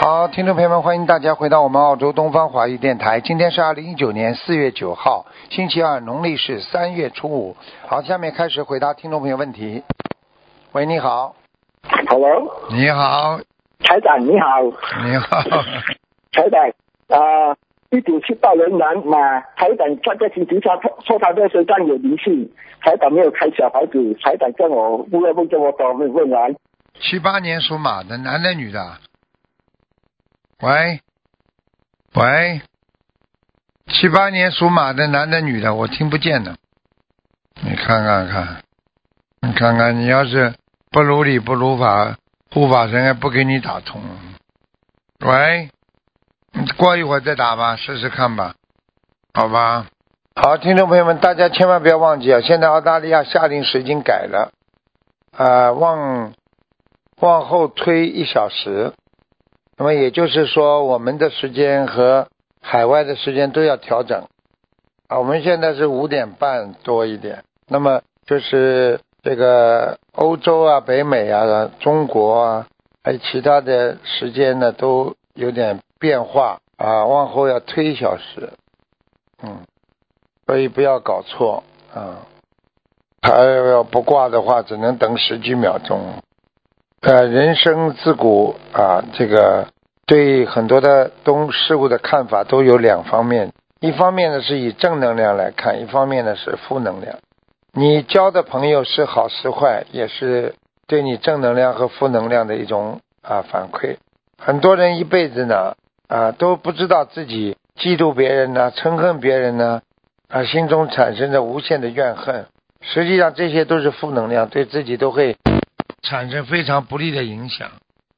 好，听众朋友们，欢迎大家回到我们澳洲东方华语电台。今天是二零一九年四月九号，星期二，农历是三月初五。好，下面开始回答听众朋友问题。喂，你好， Hello，你好，台长你好，你好，台长啊，一九七八年男嘛，台长上个星期他说他的身上有灵性，台长没有开小孩子，台长叫我不要问叫我保问问完，七八年属马的，男的女的？喂，喂，七八年属马的，男的女的？我听不见呢。你看看看，你看看，你要是不如理不如法，护法神还不给你打通。喂，你过一会儿再打吧，试试看吧，好吧。好，听众朋友们，大家千万不要忘记啊！现在澳大利亚夏令时已经改了，呃，往往后推一小时，那么也就是说，我们的时间和海外的时间都要调整。啊，我们现在是五点半多一点，那么就是这个欧洲啊、北美啊、中国啊，还有其他的时间呢，都有点变化啊，往后要推一小时。嗯，所以不要搞错啊。还要不挂的话，只能等十几秒钟。呃，人生自古啊，这个对很多的东事物的看法都有两方面，一方面呢是以正能量来看，一方面呢是负能量。你交的朋友是好是坏，也是对你正能量和负能量的一种啊反馈。很多人一辈子呢啊都不知道自己嫉妒别人呢、嗔恨别人呢，啊心中产生着无限的怨恨。实际上这些都是负能量，对自己都会产生非常不利的影响。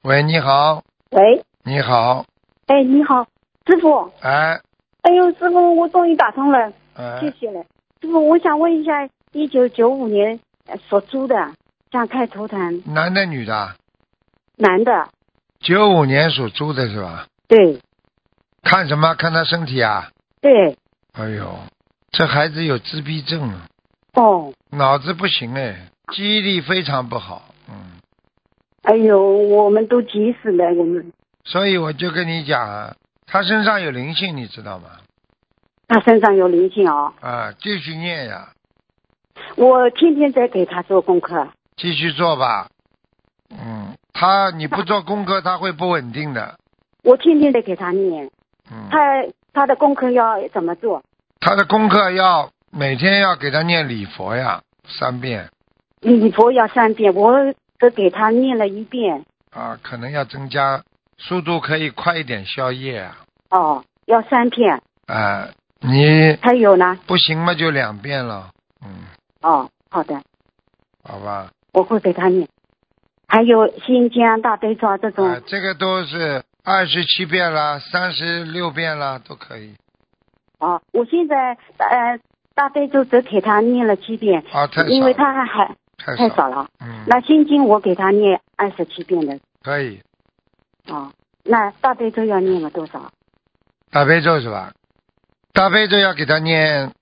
喂，你好，喂，你好，哎，你好，师傅。哎，哎呦，师傅，我终于打通了，谢哎，谢了。师傅，我想问一下，一九九五年呃属猪的，想看图腾，男的女的？男的，九五年属猪的是吧？对看什么？看他身体啊？对，哎呦，这孩子有自闭症啊，哦，脑子不行哎，记忆力非常不好，嗯，哎呦，我们都急死了，我们所以我就跟你讲啊，他身上有灵性，你知道吗？他身上有灵性哦，啊，继续念呀，我天天在给他做功课，继续做吧，嗯，他你不做功课，他会不稳定的，我天天在给他念，嗯，他他的功课要怎么做？他的功课要每天要给他念礼佛呀，三遍礼佛要三遍，我只给他念了一遍，啊，可能要增加速度，可以快一点消业啊，哦，要三遍，啊，你还有呢？不行嘛就两遍了，嗯，哦，好的。好吧，我会给他念。还有新疆大悲咒这种，啊，这个都是二十七遍啦，三十六遍啦，都可以。哦，我现在呃大悲咒只给他念了七遍，啊，太少了，因为他还还太太少少了。嗯，那心经我给他念二十七遍的，可以哦，那大悲咒要念了多少？大悲咒是吧？大悲咒要给他念，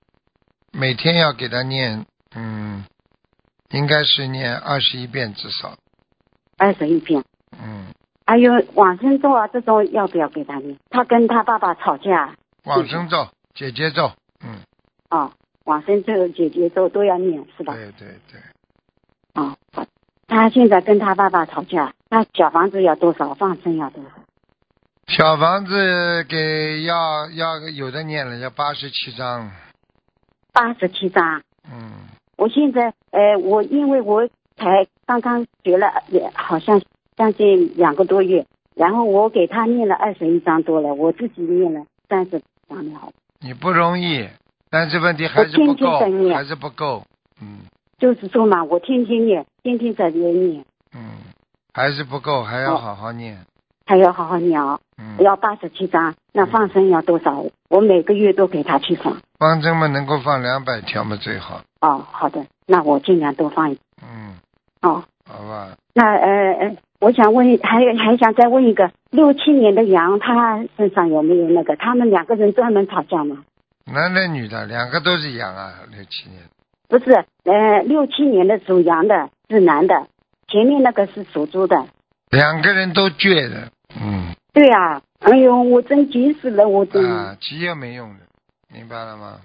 每天要给他念，嗯，应该是念二十一遍至少，二十一遍。嗯。还有往生咒啊，这种要不要给他念？他跟他爸爸吵架，往生咒、姐姐咒，嗯，哦，往生咒、姐姐咒都要念，是吧？嗯对对对，哦，好他现在跟他爸爸吵架，那小房子要多少？放生要多少？小房子给要要有的念了，要八十七章，八十七张。嗯，我现在，呃，我因为我才刚刚学了，也好像将近两个多月，然后我给他念了二十一章多了，我自己念了三十章了，好，你不容易，但是问题还是不我天天够，在念还是不够，嗯就是说嘛，我天天念，天天在念念，嗯，还是不够，还要好好念，还要好好念啊，嗯，要八十七章，那放生要多少？我每个月都给他去放。方针嘛能够放两百条嘛最好，哦，好的，那我尽量多放一点。嗯，哦，好吧，那呃呃，我想问，还还想再问一个，六七年的羊，他身上有没有那个？他们两个人专门吵架吗？男的女的两个都是羊啊，六七年，不是，呃，六七年的属羊的是男的，前面那个是属猪的。两个人都倔的，嗯，对啊，哎呦，我真急死了，我真。啊，急也没用的，明白了吗？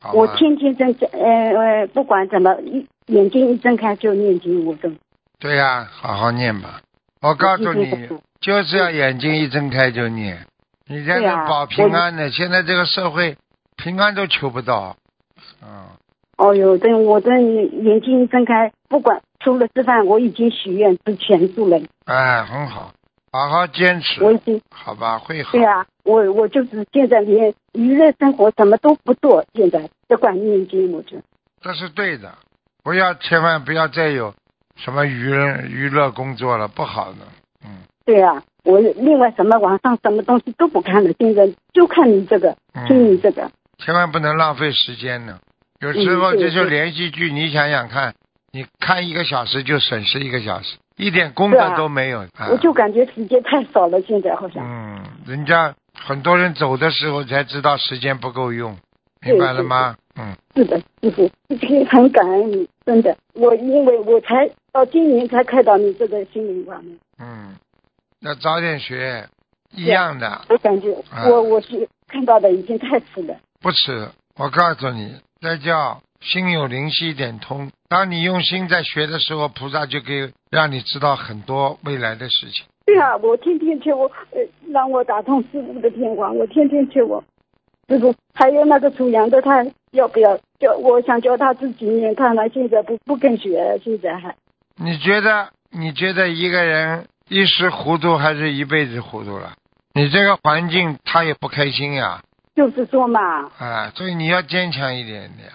好吧我天天睁着，呃呃，不管怎么一眼睛一睁开就念经，我都对呀、好好念吧。我告诉一直你不，就是要眼睛一睁开就念，你才对呀能保平安的。现在这个社会，平安都求不到。嗯，哦哟，真我真眼睛一睁开，不管除了吃饭，我已经许愿吃全素了，哎，很好，好好坚持，我已经好吧，会好。对啊，我我就是现在连娱乐生活什么都不做，现在只管念经，我就这是对的，不要千万不要再有什么娱乐娱乐工作了，不好的。嗯对啊，我另外什么网上什么东西都不看了，现在就看你这个，听你嗯，这个，千万不能浪费时间呢。有时候嗯对这就对连续剧，你想想看，你看一个小时就损失一个小时，一点功对德啊都没有。啊我就感觉时间太少了，现在好像。嗯，人家很多人走的时候才知道时间不够用，明白了吗？嗯，是的，师傅，这个很感恩你，真的。我因为我才到今年才开导你这个心灵法门，嗯，要早点学，一样的我感觉啊我我是看到的已经太迟了。不迟。我告诉你，这叫心有灵犀一点通。当你用心在学的时候，菩萨就可以让你知道很多未来的事情。对啊，我天天求我，呃，让我打通师傅的电话，我天天求我。师傅，还有那个属羊的，他要不要叫？我想教他自己念，看来现在不不肯学，现在还你觉得？你觉得一个人一时糊涂还是一辈子糊涂了？你这个环境他也不开心呀、就是说嘛，啊，所以你要坚强一点的呀。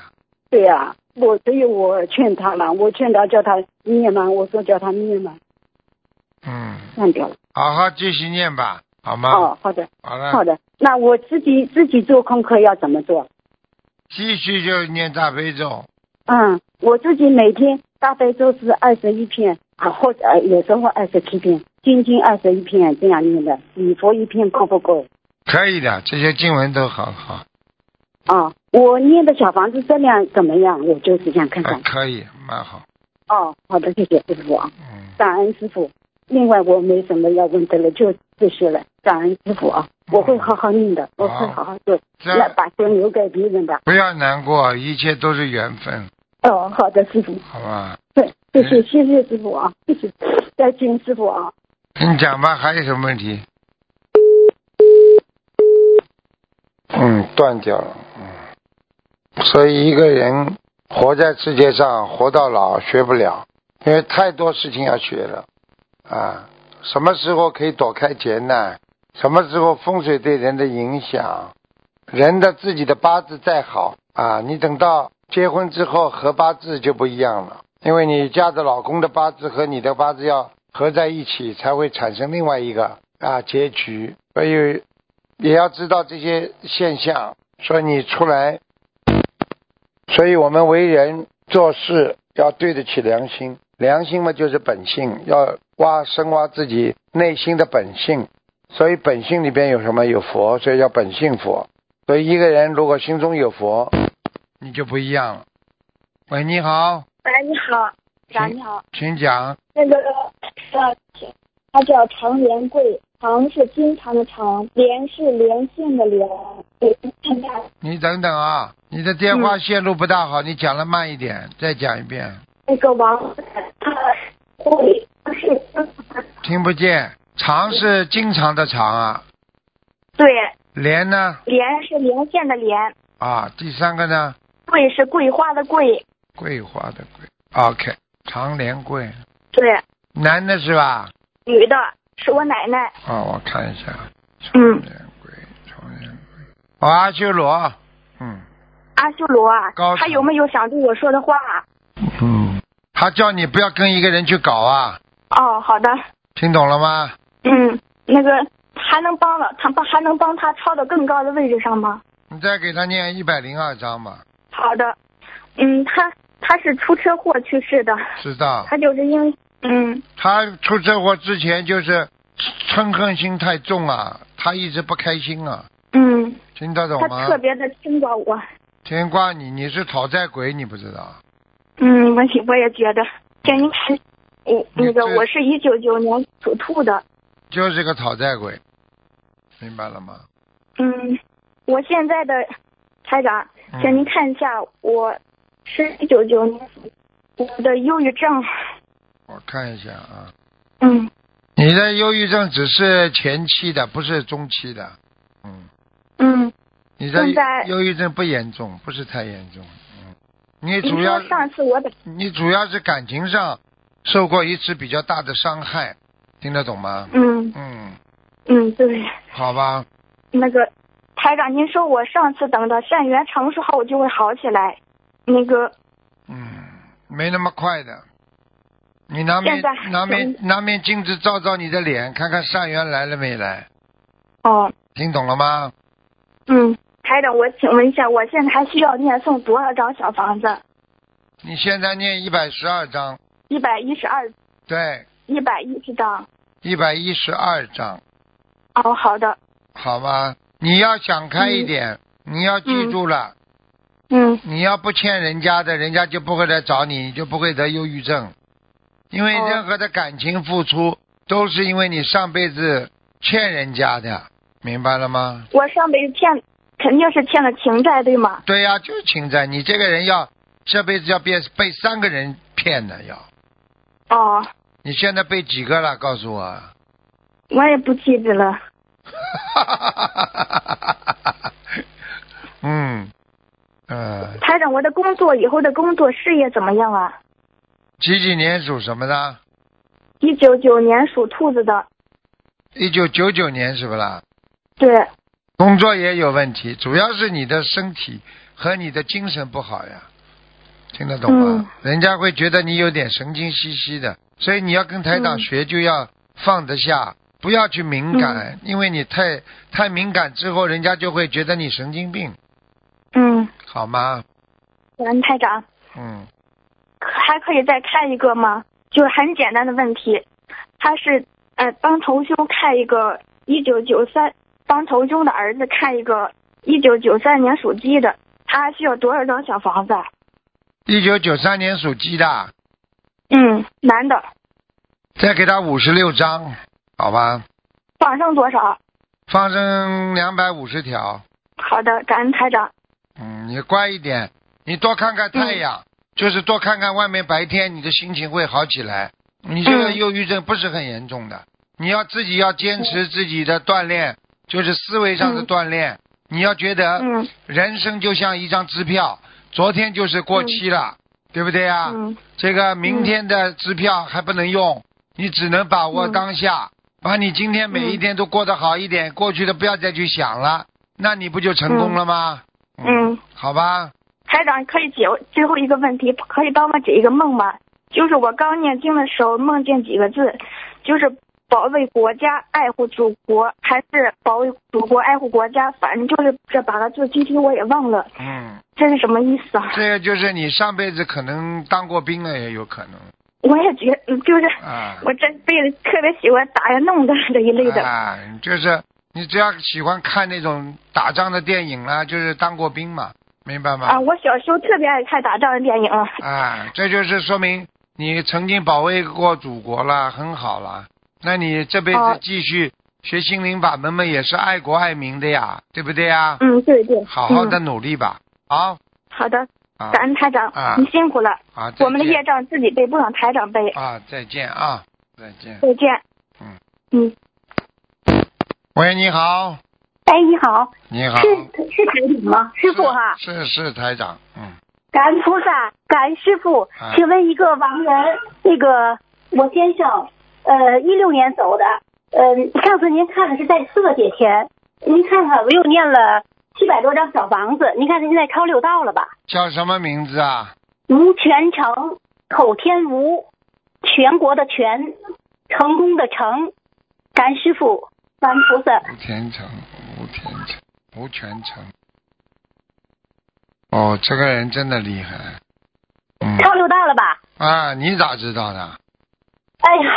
对啊，我所以我劝他了，我劝他叫他念嘛，我说叫他念嘛，嗯。忘掉了。好好继续念吧，好吗？哦，好的。好了，好的，那我自己自己做功课要怎么做？继续就念大悲咒。嗯，我自己每天大悲咒是二十一片啊，或者呃有时候二十七片，心经二十一片这样念的，礼佛一片够不够？可以的，这些经文都很好，啊，我念的小房子质量怎么样？我就是想看还看。哎可以，蛮好。哦，好的，谢谢师傅啊，嗯，感恩师傅。另外我没什么要问的了，就这些了，感恩师傅啊，我会好好念的，我会好好做，那这把钱留给别人的。不要难过，一切都是缘分，哦，嗯好的，师傅。好吧？对，谢谢谢谢师傅啊，谢谢，再见师傅啊。你讲吧，还有什么问题？嗯，断掉了。嗯，所以一个人活在世界上，活到老学不了，因为太多事情要学了啊。什么时候可以躲开劫难？什么时候风水对人的影响？人的自己的八字再好啊，你等到结婚之后合八字就不一样了，因为你嫁的老公的八字和你的八字要合在一起，才会产生另外一个啊结局。所以也要知道这些现象，所以你出来，所以我们为人做事要对得起良心，良心嘛就是本性，要挖深挖自己内心的本性。所以本性里边有什么？有佛，所以叫本性佛。所以一个人如果心中有佛，你就不一样了。喂，你好，喂，你好，长你好，请讲。那个呃，他叫常连贵，常是经常的常，连是连线的连，对，看下你等等啊，你的电话线路不大好，你讲的慢一点，再讲一遍，那个王，他会是听不见。长是经常的长啊，对，连呢连是连线的连，啊，第三个呢，桂是桂花的桂，桂花的桂，OK，长连桂，对，男的是吧？女的是我奶奶，啊，我看一下，长嗯连桂，长连桂，哦，阿修罗，嗯阿修罗啊高，还有没有想对我说的话？啊嗯，他叫你不要跟一个人去搞啊，哦，好的，听懂了吗？嗯，那个还能帮了他帮还能帮他超到更高的位置上吗？你再给他念一百零二章吧，好的，嗯，他他是出车祸去世的，知道。他就是因为嗯他出车祸之前就是嗔恨心太重啊，他一直不开心啊，嗯，听得懂他吗特？别的牵挂我，天挂你，你是讨债鬼，你不知道？嗯，我也我也觉得，像您看，我你那个这我是一九九年属兔的，就是个讨债鬼，明白了吗？嗯，我现在的台长，嗯请您看一下，我是一九九年属我的忧郁症。我看一下啊，嗯你的忧郁症只是前期的，不是中期的。嗯，嗯，你的现在忧郁症不严重，不是太严重。嗯，你您主要说上次我打你主要是感情上受过一次比较大的伤害，听得懂吗？嗯嗯，嗯对，好吧，那个台长，您说我上次等到善缘成熟后我就会好起来，那个嗯，没那么快的。你拿面现在拿面拿面镜子照照你的脸，看看善缘来了没来，哦听懂了吗？嗯，台长，我请问一下，我现在还需要念诵多少张小房子？你现在念一百十二章，一百一十二，对，一百一十张。一百一十二章，哦，好的，好吗？你要想开一点，你要记住了，嗯你要不欠人家的，人家就不会来找你，你就不会得忧郁症。因为哦任何的感情付出，都是因为你上辈子欠人家的，明白了吗？我上辈子欠肯定是欠了情债，对吗？对呀、就是情债。你这个人要这辈子要被被三个人骗的，要哦，你现在被几个了？告诉我。 我也不记得了。嗯，呃，台长，我的工作以后的工作事业怎么样啊？几几年属什么的？一九九年属兔子的，一九九九年是不啦？对，工作也有问题，主要是你的身体和你的精神不好呀，听得懂吗？人家会觉得你有点神经兮兮的，所以你要跟台长嗯学，就要放得下，不要去敏感，因为你太太敏感之后，人家就会觉得你神经病，嗯，好吗？感恩台长，嗯，可还可以再看一个吗？就是很简单的问题，他是呃帮同修看一个一九九三，帮同修的儿子看一个一九九三年属鸡的，他还需要多少张小房子啊？一九九三年属鸡的。嗯，男的，再给他五十六张，好吧？放生多少？放生两百五十条。好的，感恩台长。嗯，你乖一点，你多看嗯看太阳，就是多看看外面白天，你的心情会好起来。你这个嗯忧郁症不是很严重的，你要自己要坚持自己的锻炼，就是思维上的嗯锻炼。你要觉得嗯人生就像一张支票，昨天就是过期了，对不对啊？嗯这个明天的支票还不能用，你只能把嗯握当下，把你今天每一天都过得好一嗯点，过去的不要再去想了，那你不就成功了吗？嗯，好吧，台长可以解我最后一个问题，可以帮我解一个梦吗？就是我刚念经的时候梦见几个字，就是保卫国家、爱护祖国，还是保卫祖国、爱护国家，反正就是这八个字，具体我也忘了，嗯，这是什么意思啊？这个就是你上辈子可能当过兵了，也有可能我也觉就是啊。我这辈子特别喜欢打呀弄的这一类的。啊，就是你只要喜欢看那种打仗的电影啦、就是当过兵嘛，明白吗？啊，我小时候特别爱看打仗的电影， 啊，这就是说明你曾经保卫过祖国了，很好了。那你这辈哦子继续学心灵法门嘛，也是爱国爱民的呀，对不对呀？嗯，对对，好好的嗯努力吧。好好的，啊感恩台长，啊您辛苦了。啊，再我们的见业障自己背，不让台长背。啊，再见啊，再见。再见。嗯嗯，喂，你好，哎，你好，你好，是是台长吗？师傅哈、是是台长，嗯，感恩菩萨，感恩师傅啊。请问一个亡人，那个我先生，呃，一六年走的，嗯、上次您看的是在四个节前，您看看我又念了七百多张小房子，您看现在超六道了吧？叫什么名字啊？吴全成，口天吴，全国的全，成功的成，感恩师傅，感恩菩萨。吴天成，吴天成，吴全成。哦，这个人真的厉害，嗯。超六道了吧？啊，你咋知道的？哎呀，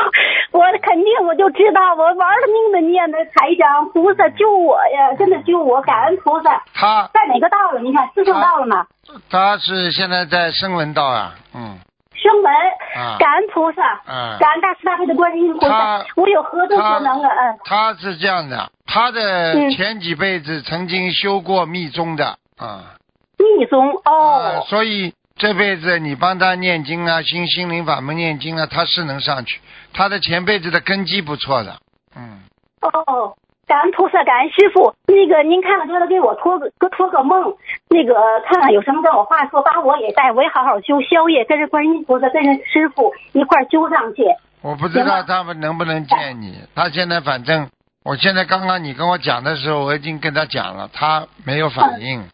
我肯定我就知道，我玩了命的念的台长，菩萨救我呀，真的救我，感恩菩萨。他在哪个道了？你看四圣道了吗？他是现在在声闻道啊，嗯，生门，啊感恩菩萨，啊，感恩大慈大悲的观世音菩萨他，我有何德何能啊？嗯，他是这样的，他的嗯前几辈子曾经修过密宗的啊，密宗啊哦，所以这辈子你帮他念经啊，心心灵法门念经啊，他是能上去，他的前辈子的根基不错的，嗯，哦，感恩菩萨，感恩师傅。那个您看看，就是给我托个托个梦，那个看看有什么让我画错，把我也带，我也好好修宵夜，跟着观音菩萨，跟着师傅一块儿修上去。我不知道他们能不能见你，他现在反正。我现在刚刚你跟我讲的时候，我已经跟他讲了，他没有反应。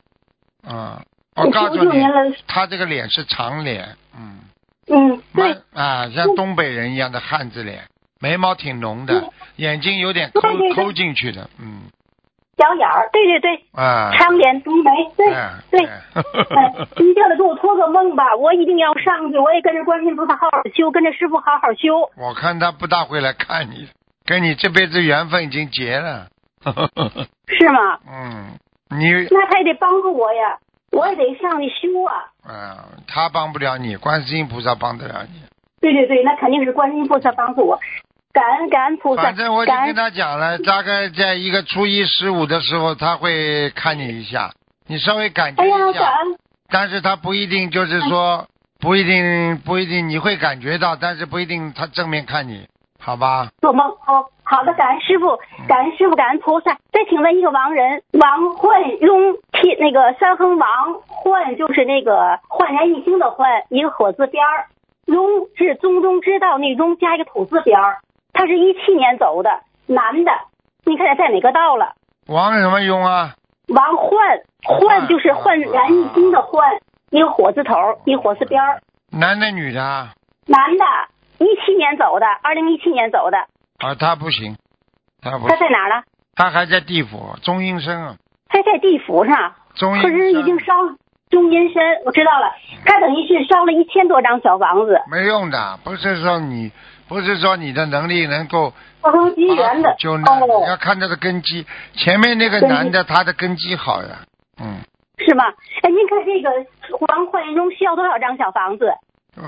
嗯，我告诉求求你您了，他这个脸是长脸，嗯，嗯，对蛮，啊，像东北人一样的汉子脸，眉毛挺浓的，眼睛有点抠对对对抠进去的，嗯小眼儿，对对对，啊，长脸浓眉，对哎对。哎哎， 您叫他给我托个梦吧，我一定要上去，我也跟着观世音菩萨好好修，跟着师傅好好修。我看他不大会来看你，跟你这辈子缘分已经结了， 是吗？嗯，你那他也得帮助我呀，我也得上去修啊。啊，他帮不了你，观世音菩萨帮得了你。对对对，那肯定是观世音菩萨帮助我，感恩感恩菩萨，反正我已经感跟恩嗯他讲了，大概在一个初一十五的时候，他会看你一下，你稍微感觉哎呀一下。感恩嗯但是他不一定就是说，不一定不一定你会感觉到，但是不一定他正面看你，好吧？做梦哦。好的，感恩师傅，感恩师傅，感恩菩萨。再请问一个亡人，王焕雍，替那个三横王，焕就是那个焕然一新的焕，一个火字边儿，雍是宗中之道那雍加一个土字边儿。他是一七年走的，男的，你看在哪个道了？王什么庸啊？王焕，焕就是焕然一新的焕，一个火字头，一个火字边儿，男的女的啊？男的，一七年走的，二零一七年走的，啊，他不行，他不他行，在哪儿了？他还在地府中阴身啊，他在地府上，中阴可是已经身烧中阴身，我知道了，他等于是烧了一千多张小房子，没用的，不是说你不是说你的能力能够不能结缘的。啊就那哦要看他的根基。前面那个根基男的他的根基好呀，嗯，是吗？哎，您看这个黄焕中需要多少张小房子？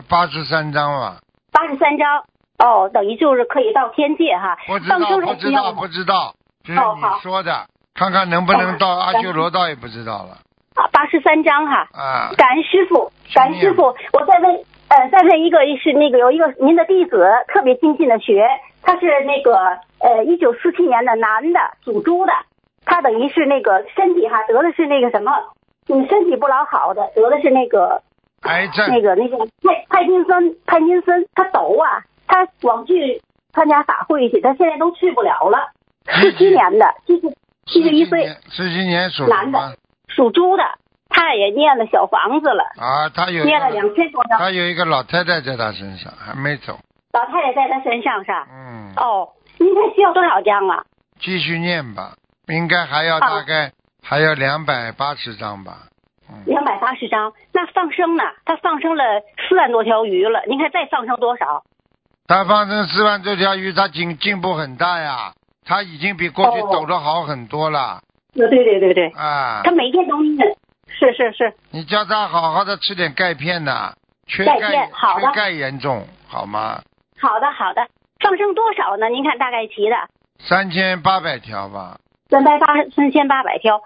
八十三章吧。八十三张。哦，等于就是可以到天界哈不知，道放，生不还知需道，要吗不知道，这是哦好你说的，看看能不能到哦阿咱们修罗道也不知道了啊，八十三张哈。啊。感恩师傅，感恩师什么傅，我再问，呃，再问一个是那个有一个您的弟子特别精进的学，他是那个呃一九四七年的男的，属猪的，他等于是那个身体哈得的是那个什么，嗯，身体不老好的，得的是那个癌那症，个那个派派金森，派金森他抖啊，他光去参加法会去，他现在都去不了了，四七年的，就是七十一17岁年，十哎七年属什男么的？属猪的，他也念了小房子了。啊，他 有一念了个，两千多张，他有一个老太太在他身上还没走，老太太在他身上是吧？嗯，哦，您看需要多少张啊？继续念吧，应该还要好大概还要两百八十张吧，嗯，两百八十张。那放生呢？他放生了四万多条鱼了，您看再放生多少？他放生四万多条鱼，他进进步很大呀，他已经比过去哦走的好很多了呃，对对对对，啊。他每天都念。是是是，你叫他好好的吃点钙片呐、缺钙钙片好的缺钙严重，好吗？好的好的。放生多少呢？您看大概齐的三千八百条吧，三百八三千八百条。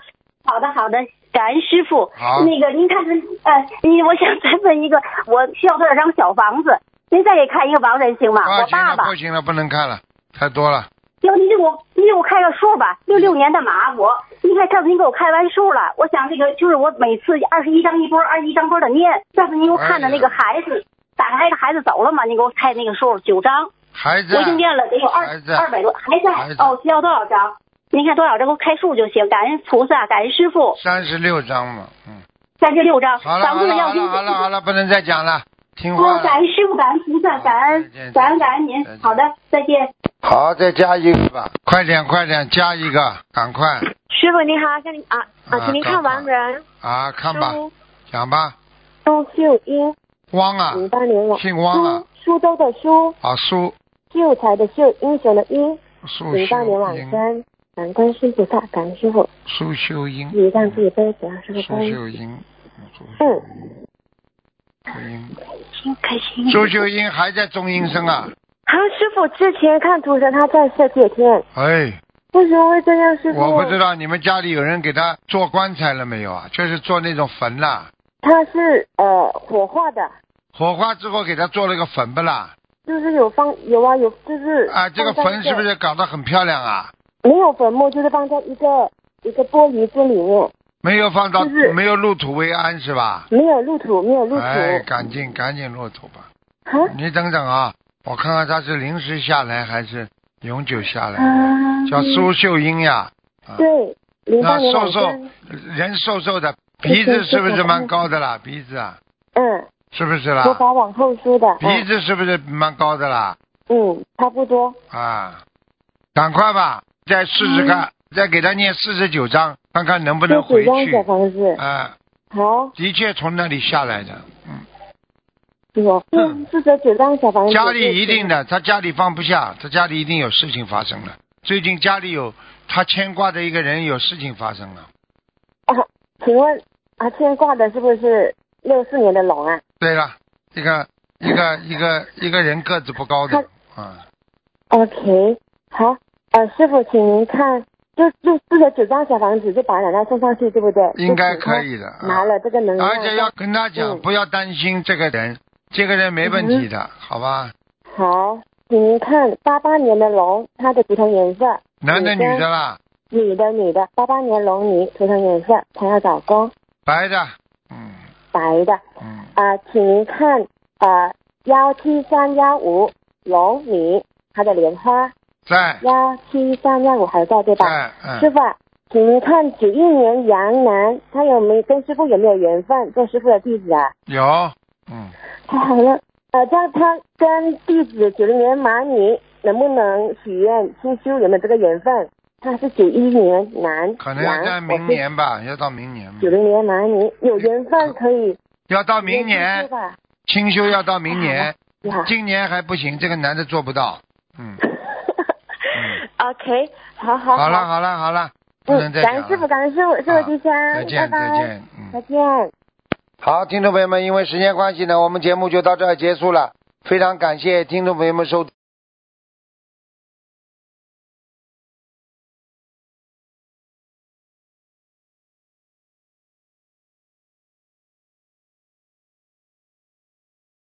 好的好的，感恩师傅。好那个您看看，呃，你我想再问一个，我需要多少张小房子？您再给看一个亡人行吗？啊我啊行爸了爸不行了，不能看了，太多了。行，你给我你给我开个数吧，六六年的马我，你看上次您给我开完数了，我想这个就是我每次二十一张一波，二十一张波的念，上次您给我看的哎那个孩子，打开的孩子走了嘛，您给我开那个数九张，孩子我已经念了得有二啊孩子二百多，还孩在子哦，需要多少张？您看多少张给我开数就行，感恩菩萨，感恩师傅，三十六章嘛，嗯，三十六张，好了房好子了的要好经了者好了好了，不能再讲了，听话哦，感了。恩师傅，感恩菩萨，感好恩再见感恩感恩您再见，好的，再见。好，再加一个吧，快点快点加一个，赶快师傅您好，向您啊啊啊，请您刚看好完人，啊，看吧，苏讲吧，苏秀英，汪啊，零八年的，姓汪啊苏，苏州的苏，啊苏秀才的秀，英雄的英，苏零八年秀往英，生，感恩观世音菩萨，感恩师傅，苏秀英，嗯自己让自己背，主要是个苏背。秀英，苏秀英嗯，嗯心开心。周秀英还在中阴身啊？还有师傅之前看图的他在谢铁天，哎，为什么会这样？师傅，我不知道你们家里有人给他做棺材了没有啊？就是做那种坟啦、他是呃火化的，火化之后给他做了个坟不啦？就是有放有啊有，就是啊，这个放在坟一是不是搞得很漂亮啊？没有坟墓，就是放在一个一个玻璃这里面，没有放到，就是没有入土为安是吧？没有入土，没有入土。哎，赶紧赶紧入土吧！啊你等等啊，我看看他是临时下来还是永久下来。啊！叫苏秀英呀，啊对，零八那年瘦晚瘦上，人瘦瘦的，鼻子是不是蛮高的啦？鼻子啊，嗯，是不是啦我？把往后说的。鼻子是不是蛮高的啦？嗯，嗯，差不多。啊，赶快吧，再试试嗯看，再给他念四十九章，看看能不能这回几张小去。房子，啊，好，的确从那里下来的，嗯，我嗯负责九张小房子。家里一定的，他家里放不下，他家里一定有事情发生了。最近家里有他牵挂的一个人有事情发生了，啊，请问啊，牵挂的是不是六四年的龙啊？对了，一个一个一个一个人个子不高的，啊， OK，好，呃，师傅，请您看，就就四十九张小房子就把奶奶送上去，对不对？应该就请她可以的啊拿了这个能量，而且要跟他讲，嗯不要担心这个人，这个人没问题的，好吧？好，请您看八八年的龙，它的图腾颜色，男的女女的的啦，女的女的，八八年龙女，图腾颜色，她要找工，白的，嗯白的，嗯，啊、请您看呃幺七三幺五龙女，她的莲花在幺七三幺五还在对吧？在师嗯，傅，啊请您看九一年杨楠，他有没跟师傅有没有缘分做师傅的弟子啊？有，嗯，太好了，呃，这样他跟弟子九零年马女能不能许愿清修有没有这个缘分？他是九一年男，可能要在男，明年吧，要到明年吧，九零年马女有缘分可以要到明清修年吧？清修要到明年，你好。今年还不行，这个男的做不到， 嗯， OK，好好好了好了好了，不能嗯，再感讲恩师傅，了，感恩师傅，师好傅吉祥，再见拜拜再，见，嗯。再见。好，听众朋友们，因为时间关系呢，我们节目就到这儿结束了。非常感谢听众朋友们收听。